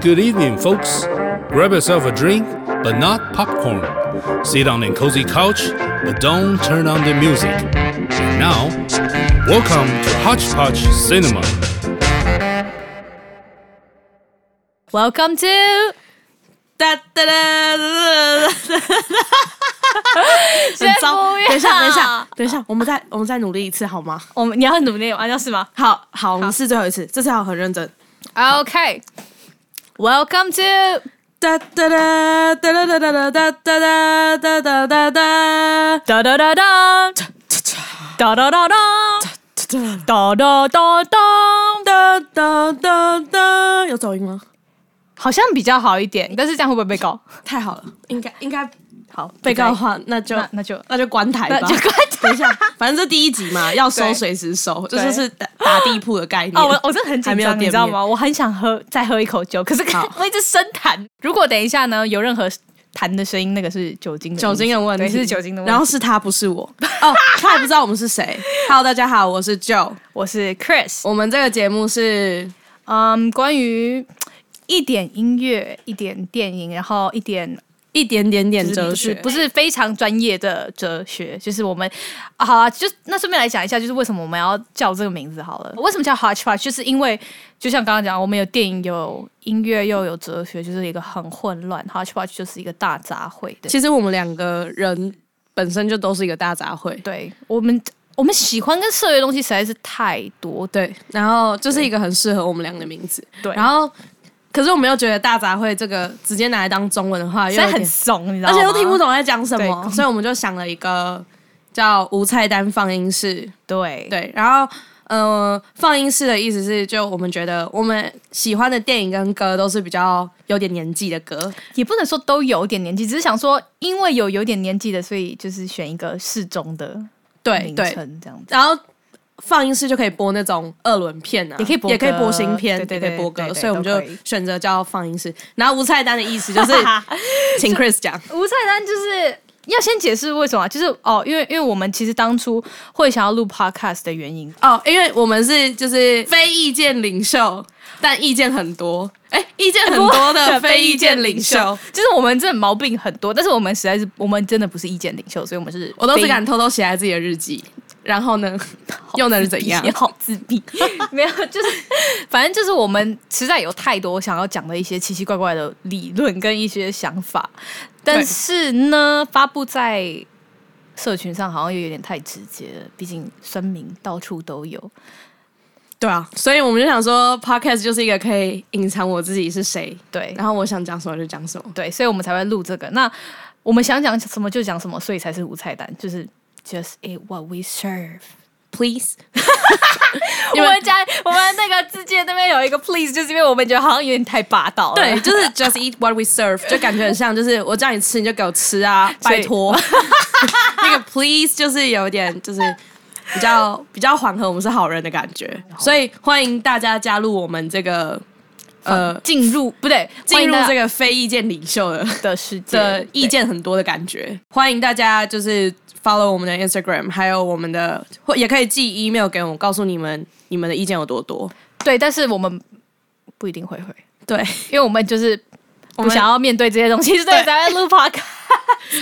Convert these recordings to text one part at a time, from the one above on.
Good evening, folks. Grab yourself a drink, but not popcorn. Sit on a cozy couch, but don't turn on the music. And now, welcome to Hodgepodge Cinema. Welcome to 哒哒哒哒哒哒，很糟不要。等一下，等一下，等一下，我们再我们再努力一次好吗？我们，你要努力，完要是吗好好，我们试最后一次，这次要很认真。 ？OK。Welcome to 哒哒哒哒哒哒哒哒哒哒哒哒哒哒哒哒哒哒哒哒哒哒哒哒哒，哒哒哒哒，有走音吗？好像比较好一点，但是这样会不会被告？太好了，应该应该好。被告的话，那就那那就那就关台那吧，就关台等一下，反正这第一集嘛，要收对随时收，这对就是打打地铺的概念。哦，我我真的很还紧没有张，你店知道面吗？我很想喝再喝一口酒，可是好 我一直生痰。如果等一下呢有任何痰的声音，那个是酒精的酒精的因素问题，对是酒精的问题。然后是他，不是我。哦，他也不知道我们是谁。Hello，大家好，我是 Joe。我是 Chris，我们这个节目是嗯，关于一点音乐、一点电影，然后一点一点点点就是哲不学，哎是不是非常专业的哲学，就是我们啊好啊，就那顺便来讲一下，就是为什么我们要叫这个名字好了？为什么叫 Hodgepodge？就是因为就像刚刚讲，我们有电影、有音乐，又有哲学，就是一个很混乱。Hodgepodge 就是一个大杂烩的。其实我们两个人本身就都是一个大杂烩。对我们，我们喜欢跟涉猎的东西实在是太多。对，然后就是一个很适合我们两个的名字。对然后可是我们又觉得大杂烩这个直接拿来当中文的话，实又在有很点怂，你知道而吗？且又听不。懂在讲什么，对所以我们就想了一个叫无菜单放映室。对对，然后呃，放映室的意思是，就我们觉得我们喜欢的电影跟歌都是比较有点年纪的歌，也不能说都有点年纪，只是想说，因为有有点年纪的，所以就是选一个适中的对名对，称这样子。然后。放映室就可以播那种二轮片啊，也可以播也可以播歌新片，对对也可以对播对歌，对所以我们都就可以选择叫放映室。然后无菜单的意 思就是，请 Chris 讲，无菜单就是要先解释为什么啊，就是哦，因为因为我们其实当初会想要录 podcast 的原因，哦，因为我们是就是非意见领袖，但意见很多，哎、意见很多的非意见领袖，， 就是我们这毛病很多，但是我们实在是我们真的不是意见领袖，所以我们是我都只非敢偷偷写在自己的日记。然 后呢，又能怎样你？好自闭， 没有，就是反正就是我们实在有太多想要讲的一些奇奇怪怪的理论跟一些想法，但是呢，发布在社群上好像又有点太直接了，毕竟声明到处都有。对啊，所以我们就想说，podcast 就是一个可以隐藏我自己是谁，对然后我想讲什么就讲什么。对，所以我们才会录这个。那我们想讲什么就讲什么，所以才是无菜单，就是 just eat what we serve。 Please， 我们家我们那个字界那边有一个 please，就是因为我们觉得好像有点太霸道了。对，就是 just eat what we serve，就感觉很像，就是我叫你吃你就给我吃啊，所以拜 托。那个 please 就是有点就是比较比较缓和，我们是好人的感觉，所以欢迎大家加入我们这个呃进入不对，进入这个个非意见领袖 的的世界的意见很多的感觉。欢迎大家就是 follow 我们的 Instagram，还有我们的或也可以寄 email 给我们，告诉你们你们的意见有多多。对，但是我们不一定会回，对，因为我们就是不我们想要面对这些东 西，所以才会录 podcast。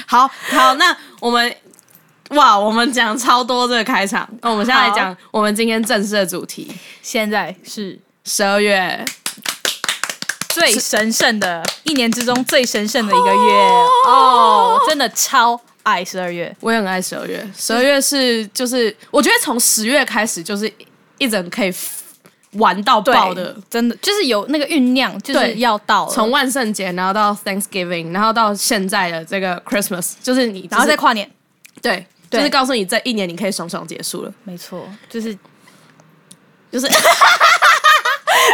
好好，那我们哇，我们讲超多这个开场，那我们现在来讲我们今天正式的主题，现在是十二月最神圣的一年之中最神圣的一个月哦，我真的超爱十二月。我也很爱十二月。十二月是就是，我觉得从十月开始就是一整可以 f- 玩到对爆的，真的就是有那个酝酿，就是对要到了，从万圣节，然后到 Thanksgiving，然后到现在的这个 Christmas，就是你、然后再再跨年，对，对就是告诉你这一年你可以爽爽结束了，没错，就是就是 一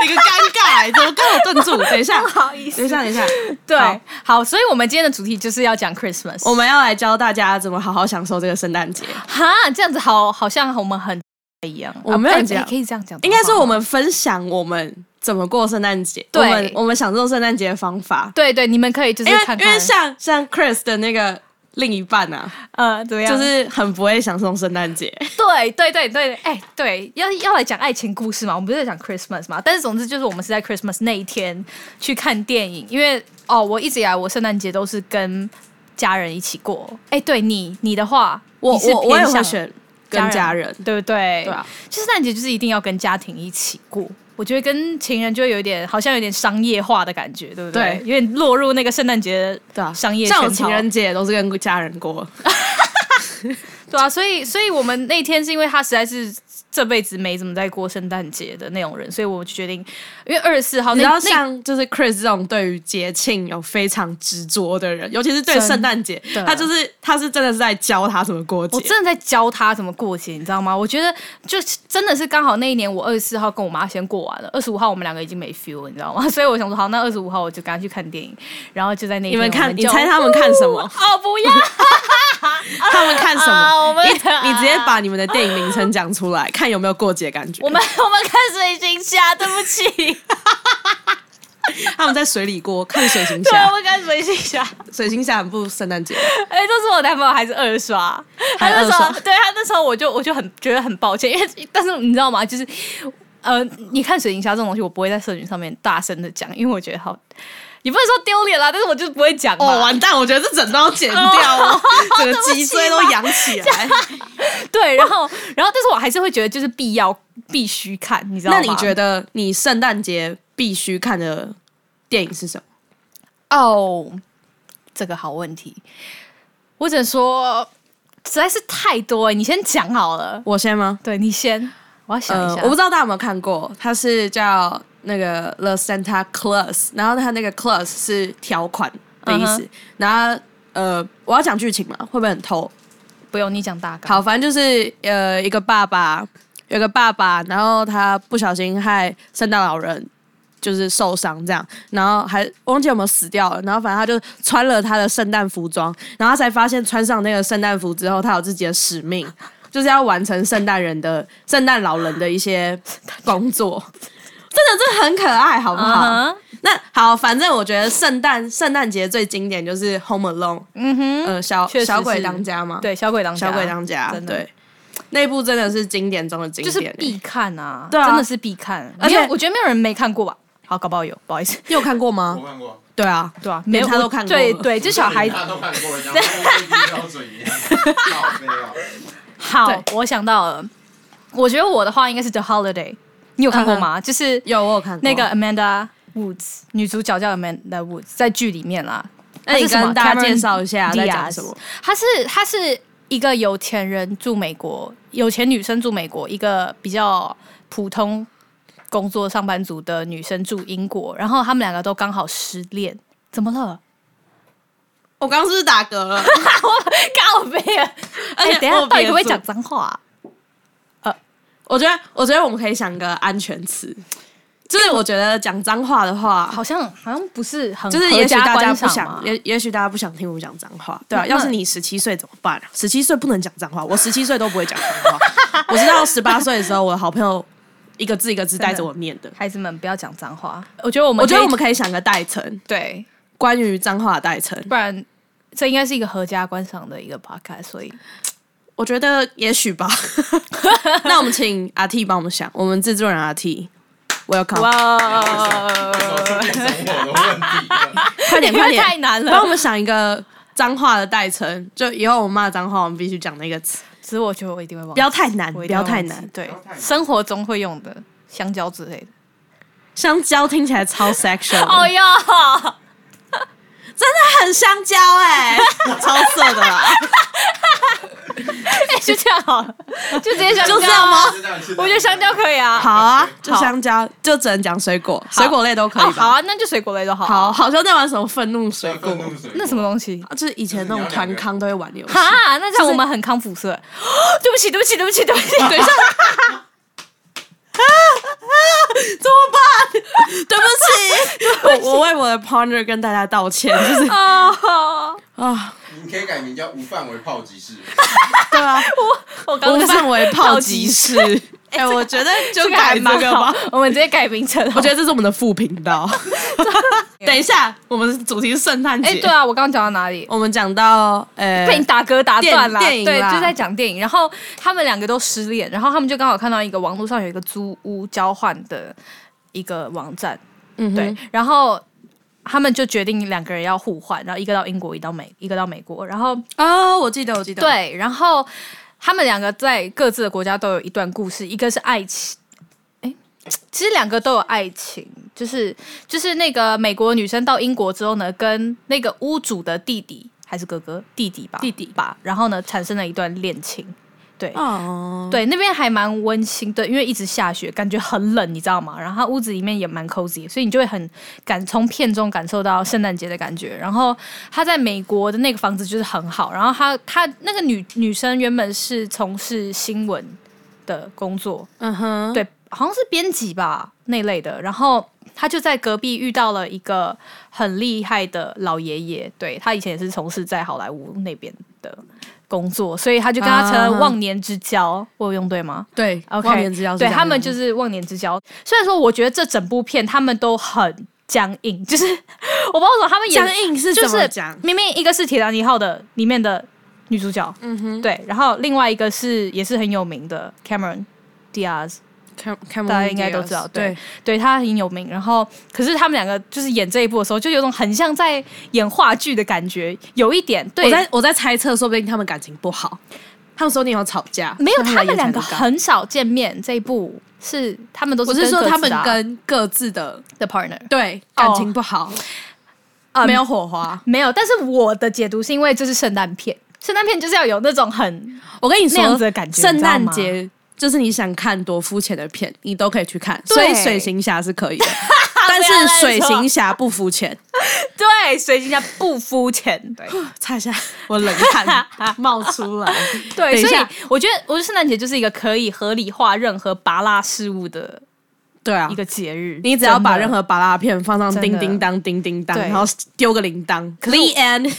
个尴尬、欸怎么刚好顿住？等一下，好意等一下，等一下，对好，好，所以我们今天的主题就是要讲 Christmas。我们要来教大家怎么好好享受这个圣诞节。哈，这样子好，好像我们很一样，我没有啊哎这样哎可以这样讲的话应吗，该说，我们分享我们怎么过圣诞节，对我们我们享受圣诞节的方法。对对，你们可以就是因为看看，因为像像 Chris 的那个另一半啊，呃，怎么样？就是很不会享受圣诞节。对对对对，哎、对，要要来讲爱情故事嘛，我们不是在讲 Christmas 嘛？但是总之就是我们是在 Christmas 那一天去看电影，因为哦，我一直以来我圣诞节都是跟家人一起过。哎、对你你的话，我你是我我也偏会向选跟家人，对不对？对啊，其实圣诞节就是一定要跟家庭一起过。我觉得跟情人就会有一点，好像有点商业化的感觉，对不对有点落入那个圣诞节对啊，商业像我圈套啊情人节都是跟家人过，对啊，所以所以我们那天是因为他实在是这辈子没怎么在过圣诞节的那种人，所以我就决定，因为二十四号你那知那道像就是 Chris 这种对于节庆有非常执着的人，尤其是对真圣诞节的，他就是他是真的是在教他怎么过节我。真的在教他怎么过节，你知道吗？我觉得就真的是刚好那一年我二十四号跟我妈先过完了，二十五号我们两个已经没 feel，了你知道吗？ 所以我想说好，那二十五号我就赶快去看电影，然后就在那一你天们我看，你就猜他们看什么？哦不要， 他们看什啊我么？们 你你直接把你们的电影名称讲出来，看有没有过节感觉 我。们我们看水行侠，对不起，他们在水里过，看水行对，我侠，们看水行侠。水行侠很不圣诞节。哎、这是我男朋友还是二刷？他还那时候二刷对他那时候我就我就很觉得很抱歉，因为但是你知道吗？就是呃，你看水银虾这种东西，我不会在社群上面大声的讲，因为我觉得好，也不能说丢脸啦，但是我就是不会讲嘛。哦， 完蛋！我觉得这整段要剪掉哦， 整个脊椎都扬起来。对，然后然后但是我还是会觉得就是必要必须看，你知道吗？ 那你觉得得你圣诞节必须看的电影是什么？哦，这个好问题，我只能说实在是太多、欸，你先讲好了，我先吗？对你先，我要想一呃下，，我不知道大家有没有看过，它是叫那个 The Santa Claus，然后它那个 Claus 是条款的意嗯思。哼然后呃，我要讲剧情嘛，会不会很透？不用你讲大纲，好，反正就是呃，一个爸爸，有个爸爸，然后他不小心害圣诞老人就是受伤这样，然后还忘记有没有死掉了，然后反正他就穿了他的圣诞服装，然后他才发现穿上那个圣诞服之后，他有自己的使命。就是要完成圣诞人的、圣诞老人的一些工作， 真的这很可爱，好不好嗯哼那好，反正我觉得圣诞圣诞节最经典就是《Home Alone》，嗯哼。呃，小确实小鬼是当家嘛，对，小鬼当家，小鬼当家，真的对，那部真的是经典中的经就典、是欸。必看啊，对啊真的是必看。而且没有我觉得没有人没看过吧。好，搞不好有，不好意思，你有看过吗我？看过，对啊，对啊，没连有他都看过对了对，就小孩子他都看过， 然后跟标准一样，好没有。好，我想到了，我觉得我的话应该是 The Holiday，你有看过吗？就是有嗯我有看过那个 Amanda Woods，女主角叫 Amanda Woods，在剧里面啦。那你她是什么跟大家 Cameron 介绍一下在讲 Diaz 什么？她是她是一个有钱人住美国，有钱女生住美国，一个比较普通工作上班族的女生住英国，然后他们两个都刚好失恋。怎么 了？我刚刚是不是打嗝了？告别！而哎、且等一下，我到底可不可以别讲脏话、啊？ 我觉得，我觉得我们可以想个安全词，就是我觉得讲脏话的话，好像好像不是很就是合也许大嗯家观不赏啊嘛想，也也许大家不想听我讲脏 话，对啊，那要是你十七岁怎么办啊？十七岁不能讲脏话，我十七岁都不会讲脏 话。我是到十八岁的时候，我的好朋友一个字一个字带着我念的。孩子们不要讲脏话。我觉得我们我觉得可以我们可以想个代称，对，关于脏话的代称。不然这应该是一个合家观赏的一个 podcast，所以我觉得也许 吧。那我们请阿 T 帮我们想，我们制作人阿 T，welcome，哇，这是我的问题了。快点快点，太难了帮我们想一个脏话的代称，就以后我们骂脏话，我们必须讲那个词，只是我觉得我一定会忘不记，要太难，我不一定会要忘记太难。对不要太，难生活中会用的香蕉之类的。香蕉听起来超 sexual，的哦哟，真的很香蕉哎， 超色的啦，哎 就这样好了， 就直接香蕉就这样吗就这样我觉得香蕉可以啊，好啊，就好香蕉，就只能讲水果，水果类都可哦以好吧？啊，那就水果类都好。好，，好像在玩什么愤怒水水果啊果，那什么东西？就是以前那种团康都会玩的游戏。哈，那这就样是我们很康复社。 对不起，对不起，对不起， 对不起，等一下，怎么办？对不起， 我我为我的 partner 跟大家道歉，就是哦，啊，你可以改名叫无范围炮击式，对啊，我刚无刚范围炮击击式， 哎、我觉得就这个改还这蛮个好吧。， 我们直接改名称好。 我觉得这是我们的副频 道。等一下，我们的主题是圣诞节。哎，对，啊，我刚刚讲到哪里？我们讲到呃，被你打嗝打断了，电电对影，啦就在讲电影。然后他们两个都失恋，然后他们就刚好看到一个网络上有一个租屋交换的一个网站，嗯哼对，然后他们就决定两个人要互换，然后一个到英国，一到美，一个到美国，然后哦，我记得，我记得，，对，然后他们两个在各自的国家都有一段故事，一个是爱情，哎，其实两个都有爱情，就是就是那个美国女生到英国之后呢，跟那个屋主的弟弟还是哥哥弟弟吧，弟弟吧，然后呢产生了一段恋情，对，哦，对，那边还蛮温馨的，因为一直下雪，感觉很冷，你知道吗？然后它屋子里面也蛮 cozy，所以你就会很感从片中感受到圣诞节的感觉。然后他在美国的那个房子就是很好，然后他他那个女女生原本是从事新闻的工作，嗯哼，对，好像是编辑吧那类的。然后他就在隔壁遇到了一个很厉害的老爷爷，对他以前也是从事在好莱坞那边的工作，所以他就跟他成了啊忘年之交。我有用对吗？对啊 OK，忘年之交是对这样的，他们就是忘年之交。虽然说，我觉得这整部片他们都很僵硬，就是我不知道为什么他们演僵硬是就怎么是讲？明明一个是《铁达尼号》的里面的女主角，嗯哼，对，然后另外一个是也是很有名的 Cameron Diaz，看看大家应该都知道对对，对他很有名。然后，可是他们两个就是演这一部的时候，就有种很像在演话剧的感觉，有一点。对，我在我在猜测，说不定他们感情不好，他们说不定有吵架，没有所以他们演两才个能搞。很少见面，这一部是他们都我是是说各自他们的啊跟各自的 The Partner。对哦感情不好，嗯没有火花。没有，但是我的解读是因为这是圣诞片，圣诞片就是要有那种很我跟你那样说子的感，觉圣你诞知道吗节就是你想看多肤浅的片，你都可以去看，对所以水行侠是可以的，但 不要再是水说行侠不肤浅。对，所以人家不肤浅，对擦 一下，我冷汗冒出来。对，等一所以下我觉得，我觉得圣诞节就是一个可以合理化任何拔拉事物的对啊一，个节日，你只要把真的任何巴拉片放上真的叮叮当、叮叮当，对然后丢个铃铛。是我 The end。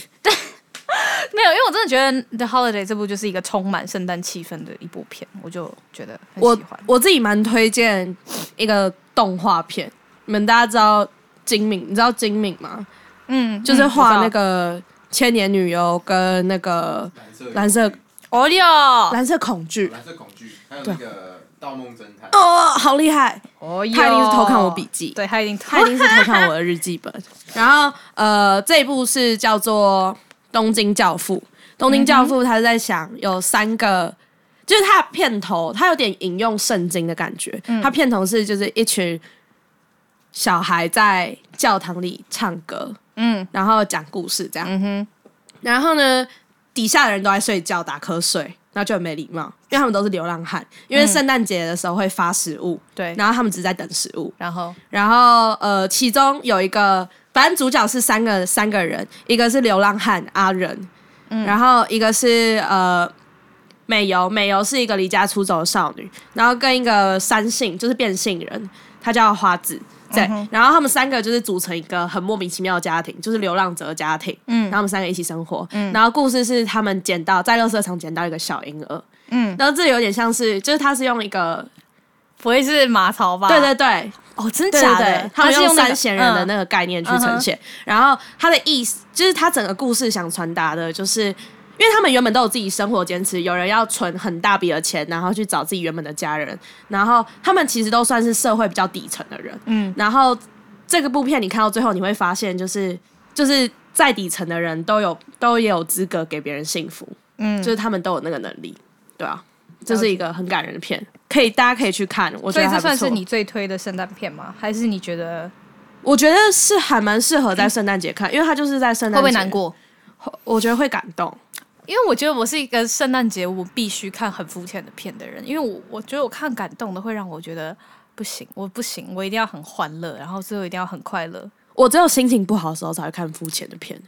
没有，因为我真的觉得《The Holiday》这部就是一个充满圣诞气氛的一部片，我就觉得很我喜欢。我自己蛮推荐一个动画片，你们大家知道金敏，你知道金敏吗？嗯，就是画那《个千年女优跟那个蓝色蓝色哦哟蓝色恐惧。蓝色恐惧，还有那个盗梦侦探，哦，好厉害！哦他一定是偷看我笔记对他一定偷他一定是偷看我的日记本。 然后呃，这一部是叫做《东京教父》。《东京嗯教父》他是在想有三个，就是他的片头，他有点引用圣经的感觉。嗯他片头是就是一群小孩在教堂里唱歌，嗯然后讲故事这样。嗯哼然后呢，底下的人都在睡觉打瞌睡，然后就很没礼貌，因为他们都是流浪汉。因为圣诞节的时候会发食物，对，然后他们只是在等食物。然后然后呃，其中有一个，反正主角是三个三个人，一个是流浪汉阿仁，然后一个是呃美游，美游是一个离家出走的少女，然后跟一个三性就是变性人，她叫花子。对，然后他们三个就是组成一个很莫名其妙的家庭，就是流浪者的家庭。嗯，然后他们三个一起生活。嗯，然后故事是他们捡到在垃圾场捡到一个小婴儿。嗯，然后这有点像是，就是他是用一个，不会是马槽吧？对对对，哦，真对假对的对，，他们是用那个三弦人的那嗯个概念去呈现。然后他的意思就是，他整个故事想传达的就是，因为他们原本都有自己生活坚持，有人要存很大笔的钱，然后去找自己原本的家人，然后他们其实都算是社会比较底层的人。嗯嗯，然后这个部片你看到最后，你会发现就是就是。在底层的人都有都也有资格给别人幸福，嗯就是他们都有那个能力，对啊，这是一个很感人的片，可以大家可以去看，我觉所以得还这不算是错你最推的圣诞片吗？还是你觉得我觉得是还蛮适合在圣诞节看，因为它就是在圣诞。会不会难？过？我觉得会感动。因为我觉得我是一个圣诞节我必须看很肤浅的片的人，因为我我觉得我看感动的会让我觉得不行，我不行，我一定要很欢乐，然后最后一定要很快乐。我只有心情不好的时候才会看肤浅的片。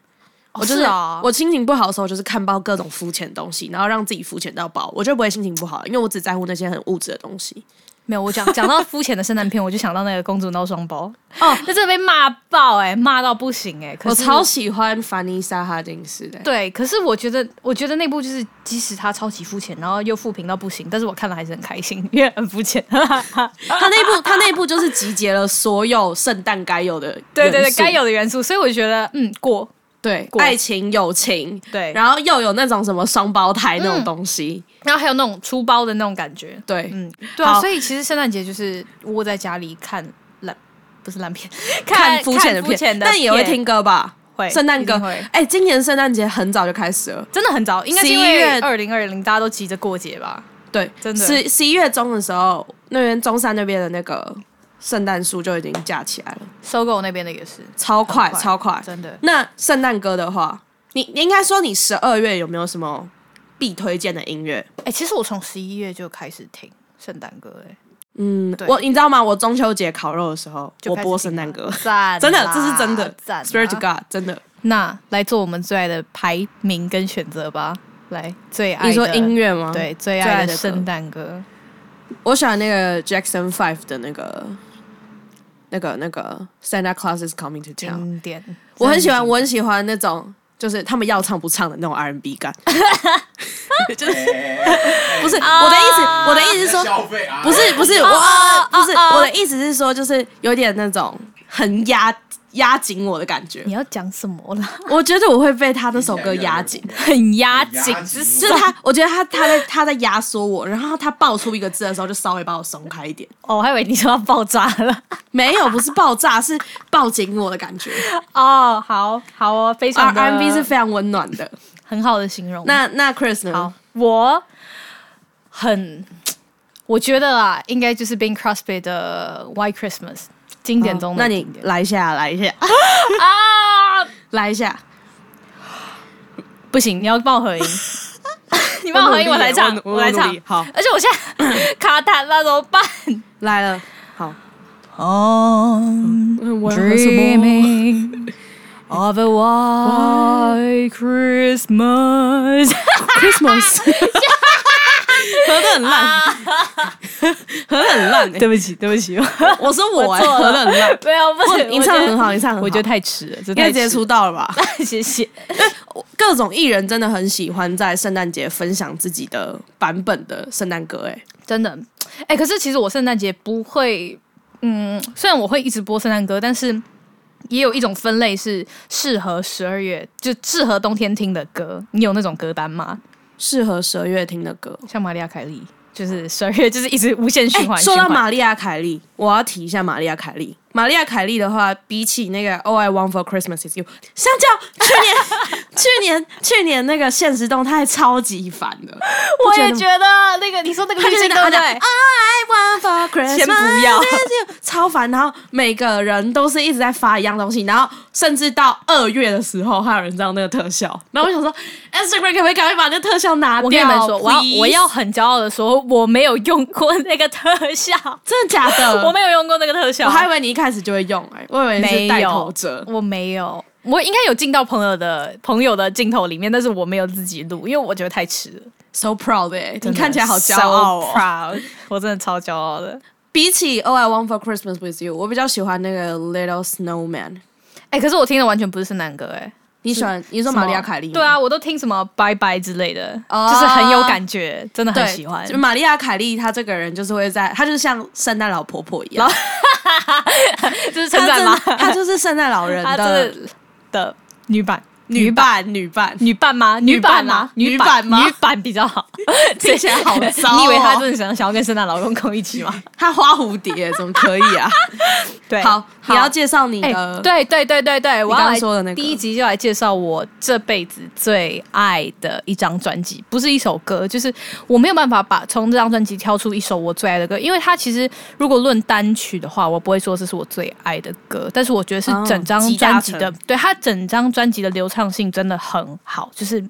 哦我就是啊我心情不好的时候就是看爆各种肤浅的东西，然后让自己肤浅到爆。我就不会心情不好，因为我只在乎那些很物质的东西。没有，我讲讲到肤浅的圣诞片，我就想到那个公主闹双胞 哦，那真的被骂爆哎、骂到不行哎、可我是超喜欢凡妮莎哈金斯 的，对，可是我觉得，我觉得那部就是，即使它超级肤浅，然后又负评到不行，但是我看了还是很开心，因为很肤浅。 他那部他那部就是集结了所有圣诞该有的元素，对对对，该有的元素，所以我觉得，嗯，过。对过爱情友情，对然后又有那种什么双胞胎那嗯种东西，然后还有那种出包的那种感觉，对，嗯，对啊，好所以其实圣诞节就是窝在家里看烂，不是烂 片，看肤肤浅的肤片，浅的片，但也会听歌吧。会圣诞歌一定会，哎、今年圣诞节很早就开始了，真的很早，应该是因11为月二零二零大家都急着过节吧？对，真的十十一月中的时候，那边中山那边的那个圣诞树就已经架起来了，搜狗那边的也是，超快，很快超快。真的那圣诞歌的话，你你应该说你十二月有没有什么必推荐的音乐？哎、其实我从十一月就开始听圣诞歌、哎，嗯对，我你知道吗？我中秋节烤肉的时候，就我开始播听圣诞了歌，赞啦，啊 真的，这是真的赞啦啊，Spirit to God，真的。那来做我们最爱的排名跟选择吧，来最爱的你说音乐吗？对，最最爱爱的的歌圣诞歌，我喜欢那个 Jackson Five 的那个、那个、那个 Santa Claus is Coming to Town。经典，我很喜真欢，的我很喜欢那种就是他们要唱不唱的那种 R&B 感。哎不是我的意思，我的意思是说，消费啊，不是不是我啊不是啊啊我的意思是说，就是有点那种很压压紧我的感觉你。要讲什么啦？ 我觉得我会被他那首歌压紧。很压紧，压是紧是就是他，我觉得他他在他在压缩我，然后他爆出一个字的时候，就稍微把我松开一点。哦，我还以为你说要爆炸了。 没有，不是爆炸，是抱紧我的感觉。哦，好好哦，非常 R 的 R B 是非常温暖的。很好的形容。那那 Chris 呢？好，我很，我觉得啊，应该就是 Bing Crosby 的《White Christmas》经典中的哦那你经典来一下，来一下，啊，来一下。不行，你要帮我 合音，你帮我合音，我我努力啊来唱我，努我来我努唱力。好而且我现 在卡痰了，怎么办？来了，好。 On 嗯我 dreaming of a white Christmas， Christmas，合的很烂， 合的很 烂欸。对不起，对不起，我说我欸错了合的很烂。 没有，不不是，哦你唱得很好，你唱得很好，我觉得太迟了，应该太直接出道了吧？迟了 谢谢。 各种艺人真的很喜欢在圣诞节分享自己的版本的圣诞歌，哎，真的，哎、可是其实我圣诞节不会，嗯，虽然我会一直播圣诞歌，但是也有一种分类是适合十二月，就适合冬天听的歌。你有那种歌单吗？适合十二月听的歌。像玛利亚凯莉，就是十二月就是一直无限循环。哎说到循环，玛丽亚凯莉，我要提一下玛丽亚凯莉。玛丽亚凯莉的话，比起那个《All I Want for Christmas Is You》，相较去 年、去年、去年那个现实动态超级烦的，我觉也得觉得那个你说那个他滤就镜是嗯 对不拿着《对 All？I Want for Christmas》，先不要超烦。然后每个人都是一直在发一样东西，然后甚至到二月的时候，还有人知道那个特效。然后我想说，Instagram 可不可以赶快把那个特效拿掉？我跟你们说，我要 please？我要很骄傲的说，我没有用过那个特效，真的假 的？嗯我没有用过那个特效，我还以为你一开始就会用哎、我以为你没是带头有者，。我没有，我应该有进到朋友的朋友的镜头里面，但是我没有自己录，因为我觉得太迟了。 So proud 哎、真的你看起来好骄傲 so 哦。 proud，我真的超骄傲的。比起 All I Want for Christmas with You，我比较喜欢那个 Little Snowman。哎、可是我听的完全不是圣诞歌、哎，你喜欢？你说玛利亚凯莉？对，啊，我都听什么拜拜之类的哦就是很有感觉，真的对，很喜欢。就玛利亚凯莉，她这个人就是会在，她就是像圣诞老婆婆一样，这是她称赞吗？真她就是圣诞老 人她的真的的女版，女版女版。女版吗？女版吗？女版版吗女版比较好， 听起来好糟 哦你以为她真的想想要跟圣诞老公公一起 吗？她花蝴蝶怎么可以啊？ 对，好，你要介绍你哎、的对对对对对，我要刚来说的那个第一集就来介绍我这辈子最爱的一张专辑，不是一首歌，就是我没有办法把从这张专辑挑出一首我最爱的歌，因为它其实如果论单曲的话，我不会说这是我最爱的歌，但是我觉得是哦整张集大专辑的，成对它整张专辑的流畅性真的很好，就是。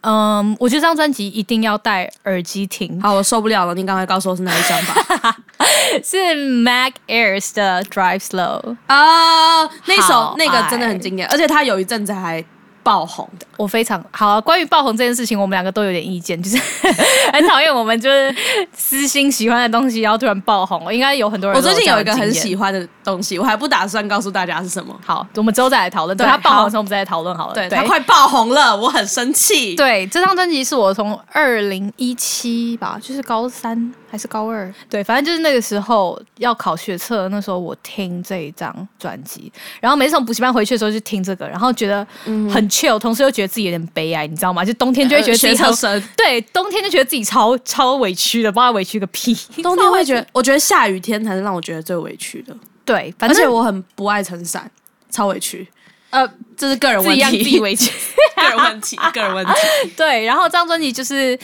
嗯，我觉得这张专辑一定要戴耳机听，好，我受不了了，你赶快告诉我是哪一张吧。 是 Mac Airs 的《Drive Slow》。啊，那首好那个真的很经典，而且她有一阵子还爆红。我非常好、啊。关于爆红这件事情，我们两个都有点意见，就是 很讨厌我们就是私心喜欢的东西，然后突然爆红。应该有很多人。我最近有一个很喜。喜欢的东西，我还不打算告诉大家是什么。好，我们之后再来讨论。等对它爆红的好时候，我们再来讨论好了。对，它快爆红了，我很生气。，对，这张专辑是我从二零一七吧，就是高三还是高二，对，反正就是那个时候要考学测，那时候我听这一张专辑，然后每次从补习班回去的时候就听这个，然后觉得很 chill，同时又觉得自己有点悲哀，你知道吗？就冬天就会觉得自己呃学很 测生，对，冬天就觉得自己超超委屈的，不知道委屈个屁。 冬天会觉得，我觉得下雨天才是让我觉得最委屈的，对，反而且正我很不爱撑伞，超委屈。呃这是个人自问己让自己题，委屈。 个人问题， 个人问题。 对，然后这张专辑就是，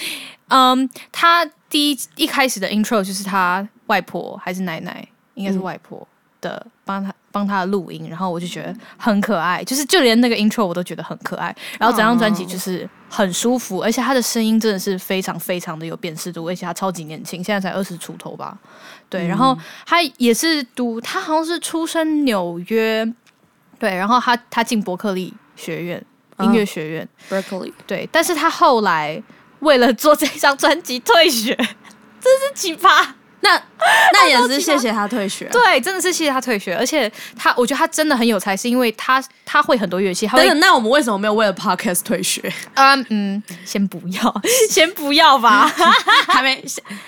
嗯，他第一一开始的 intro 就是他外婆还是奶奶，应该是外婆的帮他帮他录音，然后我就觉得很可爱，就是就连那个 intro 我都觉得很可爱。然后整张专辑就是很舒服，而且他的声音真的是非常非常的有辨识度，而且他超级年轻，现在才二十出头吧。对，然后他也是读，他好像是出生纽约，对，然后他他进伯克利学院音乐学院， Berkeley，对，但是他后来为了做这张专辑退学， 真是奇葩。那那也是谢谢他退学啊。对，真的是谢谢他退学，而且他，我觉得他真的很有才，是因为他他会很多乐器，他等会等，那我们为什么没有为了 podcast 退学？ 嗯嗯，先不要， 先不要 吧。还没，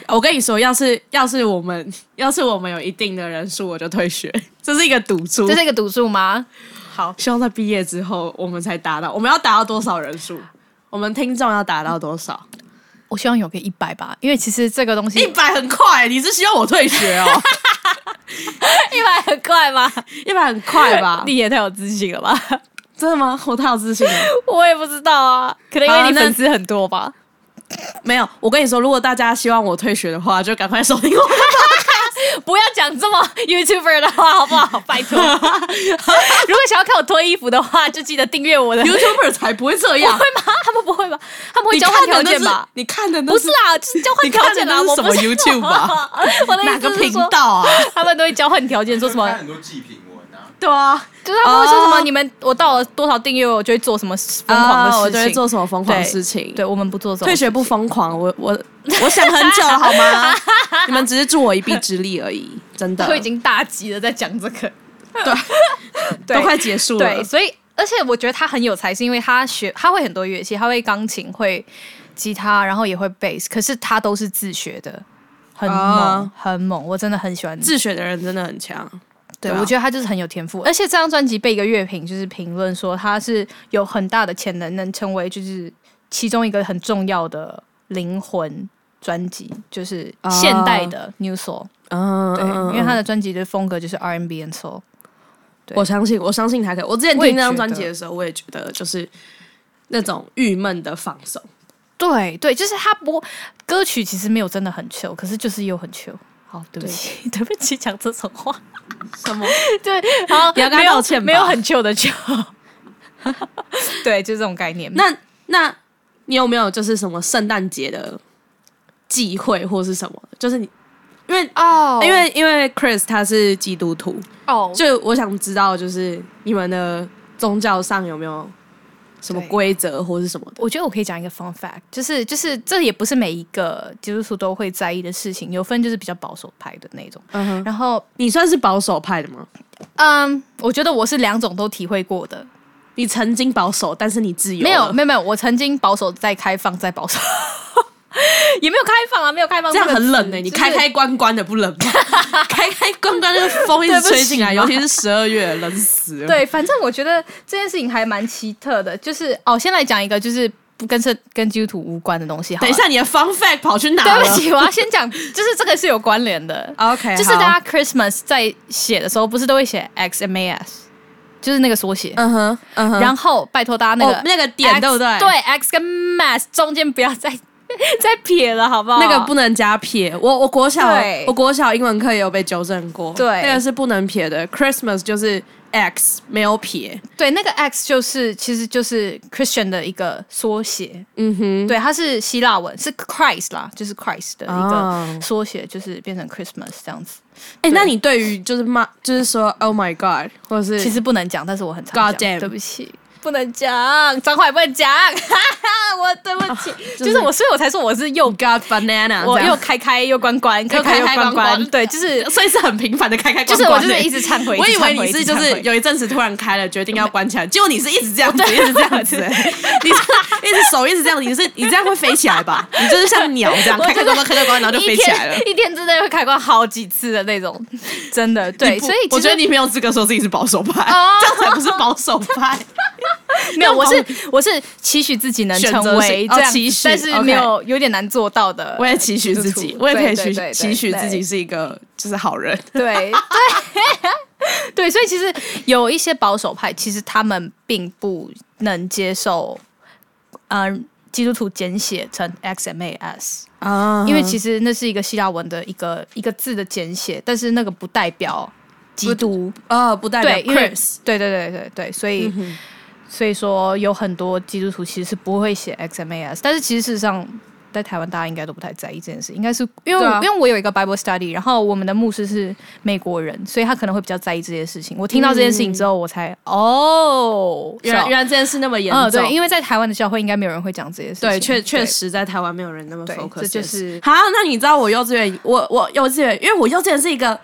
我跟你说，要是要是我们要是我们有一定的人数，我就退学，这是一个赌注这。是一个赌注吗？好，希望在毕业之后我们才达到，我们要达到多少人数？我们听众要达到多少？我希望有个一百吧，因为其实这个东西一百很快、你是希望我退学哦？一百很快吗？ 一百很快 吧？你也太有自信了吧？真的吗？我太有自信了。 我也不知道啊，可能因好啊为你那粉丝很多吧。 没有，我跟你说，如果大家希望我退学的话，就赶快收听我们。不要讲这么 YouTuber 的话，好不好？拜 托。如果想要看我脱衣服的话，就记得订阅我 的。 YouTuber 才不会 这样会，吗？他们不会吧？他们会你交换看的条那件是吧？你看的那不是啦，就是交换条件啦。啊你我看的不那是是什么 YouTube 吧？ 我的意哪个思是频说，道啊？他们都会交换条件，说什 么看？很多祭品文啊，对啊，就是他们会说什么？哦你们我到了多少订阅，我就会做什么疯狂的事情。啊我就会做什么疯狂的事情。对对，我们不做这种退学不疯狂，我我我想很久了，好 吗？你们只是助我一臂之力而已，真的。都已经大急了，在讲这个。 对都快结束了对，。所以而且我觉得他很有才，是因为他学他会很多乐器，他会钢琴，会吉他，然后也会贝斯，可是他都是自学的，很猛、啊很猛，我真的很喜欢。自学的人真的很强，对，对啊我觉得他就是很有天赋，而且这张专辑被一个乐评就是评论说他是有很大的潜能，能成为就是其中一个很重要的灵魂。专辑就是现代的 New Soul，、嗯，对，嗯因为他嗯的专辑的风格就是 R&B and Soul，对我相信，我相信他可以。我之前我也听那觉张得专辑的时候，我也觉得就是那种郁闷的放松，对对，就是他不歌曲其实没有真的很 chill，可是就是又很 chill。好，对不对起， 对不起，讲这种 话。什么对，然后你要跟他没有道歉吧没有很 chill 的 chill。对，就这种概念。那那你有没有就是什么圣诞节的忌讳或是什么？就是你因为、哦因为因为 Chris 他是基督徒，哦，就就我想知道就是你们的宗教上有没有什么对规则或是什么的？我觉得我可以讲一个 fun fact，就是就是这也不是每一个基督徒都会在意的事情，有分就是比较保守派的那种。嗯哼，然后，你算是保守派的吗？嗯，我觉得我是两种都体会过的。你曾经保守，但是你自由了没有，没有，没有，我曾经保守再开放再保守， 也没有开放啊，没有开放这样个很冷词呢、你就是开开关关的不冷 吗？开开关关那个风一直吹进 来，对尤不起其是十二月，冷死了。对，反正我觉得这件事情还蛮奇特的，就是哦，先来讲一个就是不跟这跟基督徒无关的东西。好了等一，下你的 fun fact 跑去哪了？对不起，我要先讲，就是这个是有关联 的。 ，OK，就是哎好大家 Christmas 在写的时候，不是都会写 XMAS，就是那个缩写。嗯哼，嗯哼，然后拜托大家那个、哦那个点 X- 对不对对，X 跟 Mass 中间不要再 再撇了，好不好？那个不能加撇。我我国小对我国小英文课也有被纠正过，对那个是不能撇的。Christmas 就是 X 没有撇，对，那个 X 就是其实就是 Christian 的一个缩写，嗯哼，对，它是希腊文，是 Christ 啦，就是 Christ 的一哦个缩写，就是变成 Christmas 这样子。哎，那你对于就是骂，就是说 Oh my God，或者是其实不能讲，但是我很常 God 讲， damn 对不起。不能讲，脏话也不能 讲，哈哈，我对不起，啊就就是是我，所以我才说我是又 got banana，我这样又开开啊又关 关，又开开开关关关对，就是所以是很频繁的开开就关是关我欸就是一直忏悔，我一以直为忏悔你是一直就忏是悔有一阵子突然开了，决定要关起来，结果你是一直这样子，一直这样子，欸你是一直手一直这样子，你是你这样会飞起来吧？你就是像鸟这样我开开关关开开关，然后就飞一起来了。天一天之内会开关好几次的那种，真的对，你不所以我其实觉得你没有资格说自己是保守派，哦这样才不是保守 派。没有，我是我是期许自己能选成择性为哦这样子期许，但是 OK 没有有点难做到的。我也期许自己，我也可以对对期对期许对自己是一个就是好人。 对对对，所以其实有一些保守派，其实他们并不能接受，嗯、基督徒简写成 XMAS，啊因为其实那是一个希腊文的一个一个字的简写，但是那个不代表基督，呃不代对，因为 Chris 嗯对对对对对，所以、所以说有很多基督徒其实是不会写 XMAS，但是其实事实上。在台湾，大家应该都不太在意这件事，应该是因为我、对啊因为我有一个 Bible study，然后我们的牧师是美国人，所以他可能会比较在意这些事情。我听到这件事情之后，我才、哦，原来是哦原来这件事那么严嗯重，对，因为在台湾的教会应该没有人会讲这些事情。对，确确对实在台湾没有人那么对 focus，这就件事是好。那你知道我幼稚园，我我幼稚园，因为我幼稚园是一个，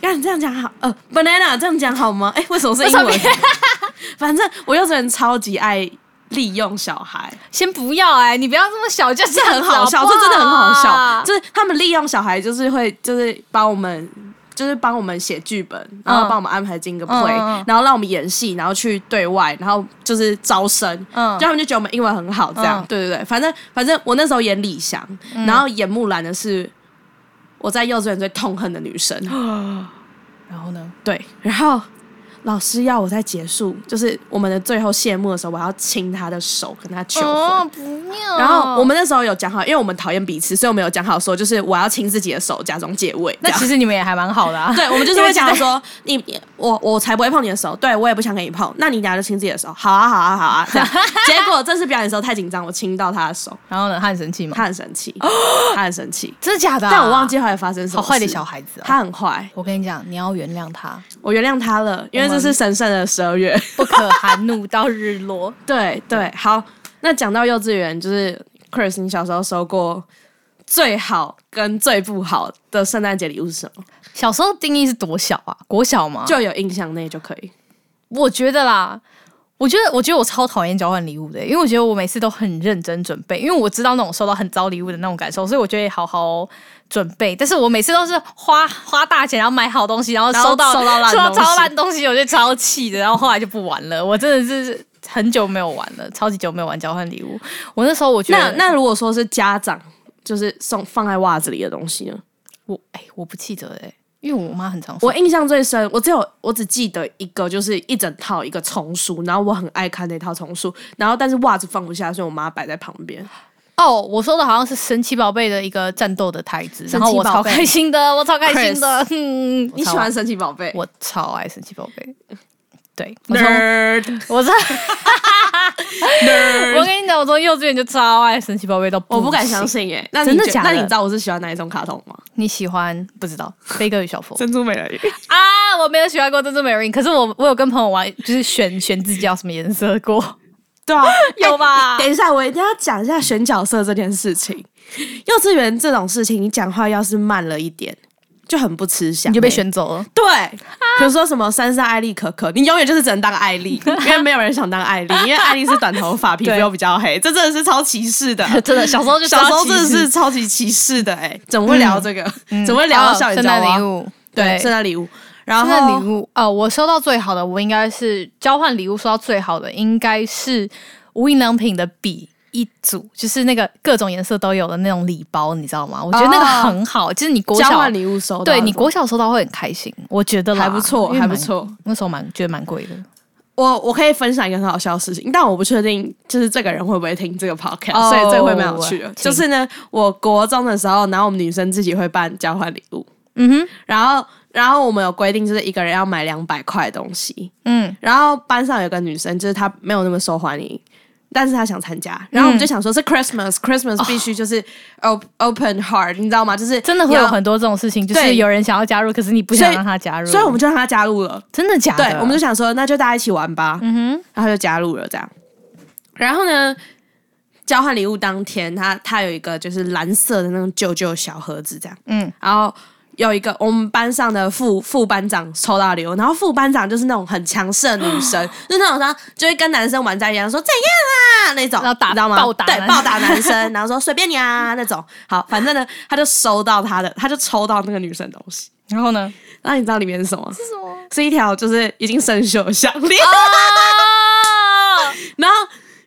看你这样讲好，呃，banana 这样讲好吗？哎、为什么是英为文？ 反正我幼稚园超级爱利用小孩，先不要哎、你不要这么小，就是这很好 笑，这真的很好笑，就是他们利用小孩，就是会就是帮我们。就是帮我们写剧本，然后帮我们安排进个 play，、嗯嗯然后让我们演戏，然后去对外，然后就是招生，嗯就他们就觉得我们英文很好，这样，嗯对对对，反正反正我那时候演李翔，然后演木兰的是我在幼稚园最痛恨的女生， 然后呢？对，然后老师要我在结束，就是我们的最后谢幕的时候，我要亲她的手，跟她求婚，哦，不要。然后我们那时候有讲好，因为我们讨厌彼此，所以我们有讲好说，就是我要亲自己的手，假装借位。那这样其实你们也还蛮好的啊。 对，我们就是会讲好说，你你我我才不会碰你的手，对我也不想跟你碰，那你等下就亲自己的手，好啊好啊好啊。这样结果这次表演的时候太紧张，我亲到他的手，然后呢，他很生气吗？他很生 气，他很生气，真的假的啊、但我忘记后来发生什么好事。坏的小孩子、哦。他很坏，我跟你讲，你要原谅他，我原谅他了，因为这是神圣的十二月。不可含怒到日 落。对对，好。那讲到幼稚园，就是 Chris，你小时候收过最好跟最不好的圣诞节礼物是什么？小时候定义是多小啊？国小吗？就有印象内就可以。我觉得啦，我觉得我觉得我超讨厌交换礼物的，因为我觉得我每次都很认真准备，因为我知道那种收到很糟礼物的那种感受，所以我觉得好好准备。但是我每次都是花花大钱，然后买好东西，然后然后收到收到烂东西超烂东西，我就超气的。然后后来就不玩了，我真的是很久没有玩了，超级久没有玩交换礼物。我那时候我觉那得那如果说是家长，就是送放在袜子里的东西呢？我哎、我不记得哎、因为我妈很常说我印象最深，我只有我只记得一个，就是一整套一个丛书，然后我很爱看那套丛书，然后但是袜子放不下，所以我妈摆在旁边。哦，我收的好像是神奇宝贝的一个战斗的台子，神奇然后我宝超贝开心的，我超开心的。嗯，你我超喜爱欢神奇宝贝？ 我超爱神奇宝贝。对，我从 nerd 我从我 nerd，跟你讲，我从幼稚园就超爱神奇宝贝到我不敢行相。信哎、那你真的觉假的那你知道我是喜欢哪一种卡通吗？你喜欢不 知道飞哥与小佛珍珠美人鱼。啊？我没有喜欢过珍珠美人鱼，可是我我有跟朋友玩，就是选选自己要什么颜色过。对啊， 有吧哎等一下，我一定要讲一下选角色这件事情。幼稚园这种事情，你讲话要是慢了一点，就很不吃香、欸你就被。选啊走了，对，比如说什么珊珊、艾丽、可可，你永远就是只能当艾丽， 因为没有人想当艾丽，因为艾丽是短头发， 皮肤又比较黑，这真的是超歧视的。 真的小时候就小时候知真道的其实是超级歧视的、哎，怎么会聊这个？嗯怎么会聊到校园啊哦圣交诞礼往？物，对，啊圣诞礼物。然圣诞后礼物哦，我收到最好的，我应该是交换礼物收到最好的，应该是无印良品的笔一组，就是那个各种颜色都有的那种礼包，你知道吗？我觉得那个哦很好，就是你国交小换礼物收到，对你国小收到会很开心，我觉得啦还不错因为还蛮不错。那时候蛮觉得蛮贵的，我我可以分享一个很好笑的事情，但我不确定就是这个人会不会听这个 podcast，、哦所以这个会蛮有趣的。请就是呢，我国中的时候，然后我们女生自己会办交换礼物，嗯哼，然后然后我们有规定就是一个人要买两百块的东西，嗯然后班上有个女生就是她没有那么受欢迎，但是他想参加，然后我们就想说是 Christmas，Christmas、必须就是 op open heart，你知道吗？就是哦真的会你有要很多这种事情，就对是有人想要加入，可是你不想所以让他加入，所以我们就让他加入了。真的假的？对，我们就想说，那就大家一起玩吧。嗯哼，然后他就加入了这样。然后呢，交换礼物当天，他他有一个就是蓝色的那种旧旧小盒子这样。嗯嗯，然后有一个我们班上的副副班长抽到礼物，然后副班长就是那种很强势的 女生，就是那种她就会跟男生玩在一起，然后说怎样啊那种，然后打你知道吗？暴打对男生暴打男生，然后说随便你啊那种。好，反正呢，他就收到他的，他就抽到那个女生的东西。然后呢？那你知道里面是什么？是什么？是一条就是已经生锈的项链，哦， 然后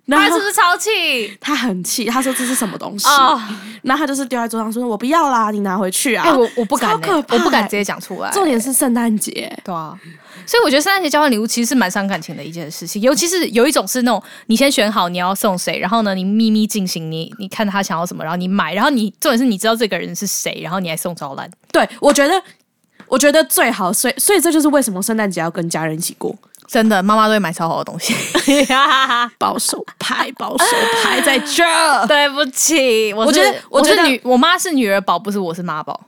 然他后是不是超气？他很气，他说这是什么东西，哦，然后他就是丢在桌上说：“我不要啦，你拿回去啊！”哎，我我不敢超欸，可怕我不敢直接讲出来。重点是圣诞节，对啊，所以我觉得圣诞节交换礼物其实是蛮伤感情的一件事情，尤其是有一种是那种你先选好你要送谁，然后呢你秘密进行，你你看他想要什么，然后你买，然后你重点是你知道这个人是谁，然后你还送招揽，对我觉得，我觉得最好，所以所以这就是为什么圣诞节要跟家人一起 过，真的妈妈都会买超好的东 西。保守派，保守 派在这，对不起，我我觉觉得得我我觉得是女，我妈是女儿宝，不是我是妈宝，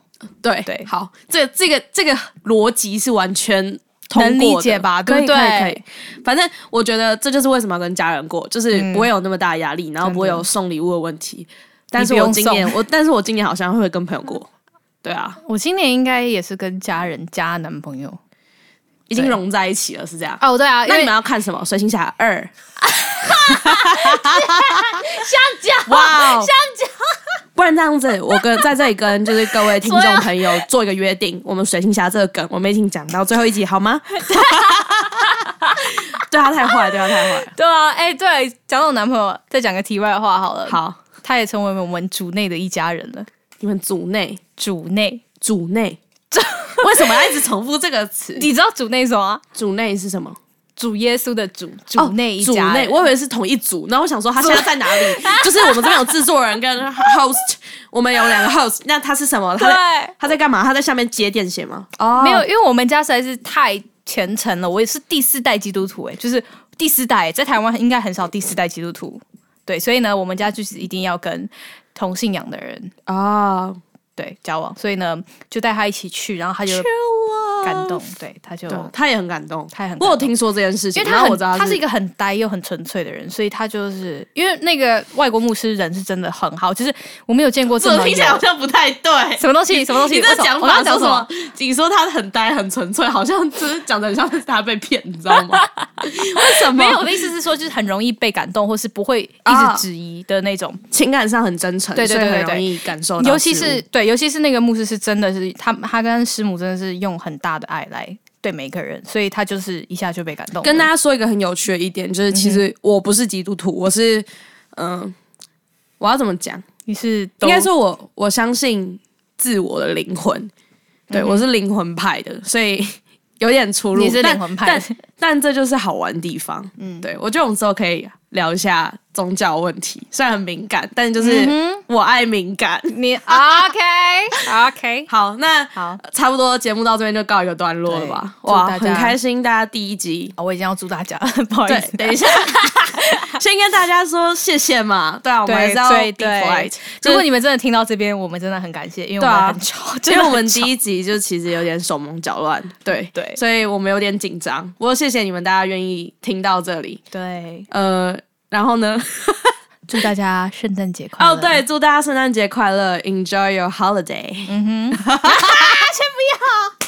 对对好，这这个这个逻辑是完全。通能过理的解吧可以对不对可以可以，反正我觉得这就是为什么要跟家人过，就是不会有那么大压力，然后不会有送礼物的问题。但是你不我用今送年我，但是我今年好像会跟朋友过，对啊，我今年应该也是跟家人加男朋友。已经对融在一起了，是这样。哦，对啊，因那你为们要看什么？《水行侠二》啊 香蕉，哇哦香蕉，不然这样子，我跟在这里跟就是各位听众朋友做一个约 定，我们水行侠这个梗，我们已经讲到最后一集，好吗？对他太坏，对他太坏。对啊，哎、对，讲到我男朋友，再讲个题外话好了。好，他也成为我们组内的一家人了。你们组内，组内， 组内， 为什么要一直重复这个词？你知道组内什么啊？组内是什么？主耶稣的主，组内一哦组家内，人。我以为是同一组，然后我想说他现在在哪里？就是我们这边有制作人 跟 host，我们有两个 host，那他是什么？他在对他在干嘛？他在下面接电线吗？哦，没有，因为我们家实在是太虔诚了。我也是第四代基督徒、哎，就是第四代、在台湾应该很少第四代基督徒。对，所以呢，我们家就是一定要跟同信仰的人哦，对交往，所以呢，就带他一起去，然后他就啊感动，对，他就对，他也很感动，他也很感我动有听说这件事情，因为然他后我很知道他是一个很呆又很纯粹的人，所以他就是因为那个外国牧师人是真的很好，就是我没有见过这怎么么听起来有好像不太对？什么东西什么东西，你这为什么讲我刚法刚讲说什什么么？？你说他很呆很纯粹，好像就是讲的很像是他被骗，你知道 吗？为什么？ 没有，我的意思是说，就是很容易被感动，或是不会一啊直质疑的那种。情感上很真诚，对对对所以对很对容易感受到事物，尤其是对，尤其是那个牧师是真的是他，他跟师母真的是用很大的爱来对每个人，所以他就是一下就被感动了。跟大家说一个很有趣的一点，就是其实我不是基督徒，我是嗯、我要怎么讲？你是应都该说我我相信自我的灵魂，对、我是灵魂派的，所以 有点出入。你是但灵魂派的但但这就是好玩的地方。嗯，对我觉得我们之后可以聊一下宗教问题，虽然很敏感，但就是我爱敏感。 你 OK OK， 好，那好呃差不多节目到这边就告一个段落了吧？对哇，祝大家很开心，大家第一集。我已经要祝大家， 不好意对思，，等一下， 先跟大家说谢谢嘛。对啊，我们还对是要对 be 对。polite 就是如果你们真的听到这边，我们真的很感谢，因为对我啊们很吵，因真为的我们很第吵一集就其实有点手忙脚乱，对对所以我们有点紧张。不过谢谢你们大家愿意听到这里，对，呃，然后呢？ 祝大家圣诞节快乐。哦，对，祝大家圣诞节快乐，Enjoy your holiday。啊，先不要。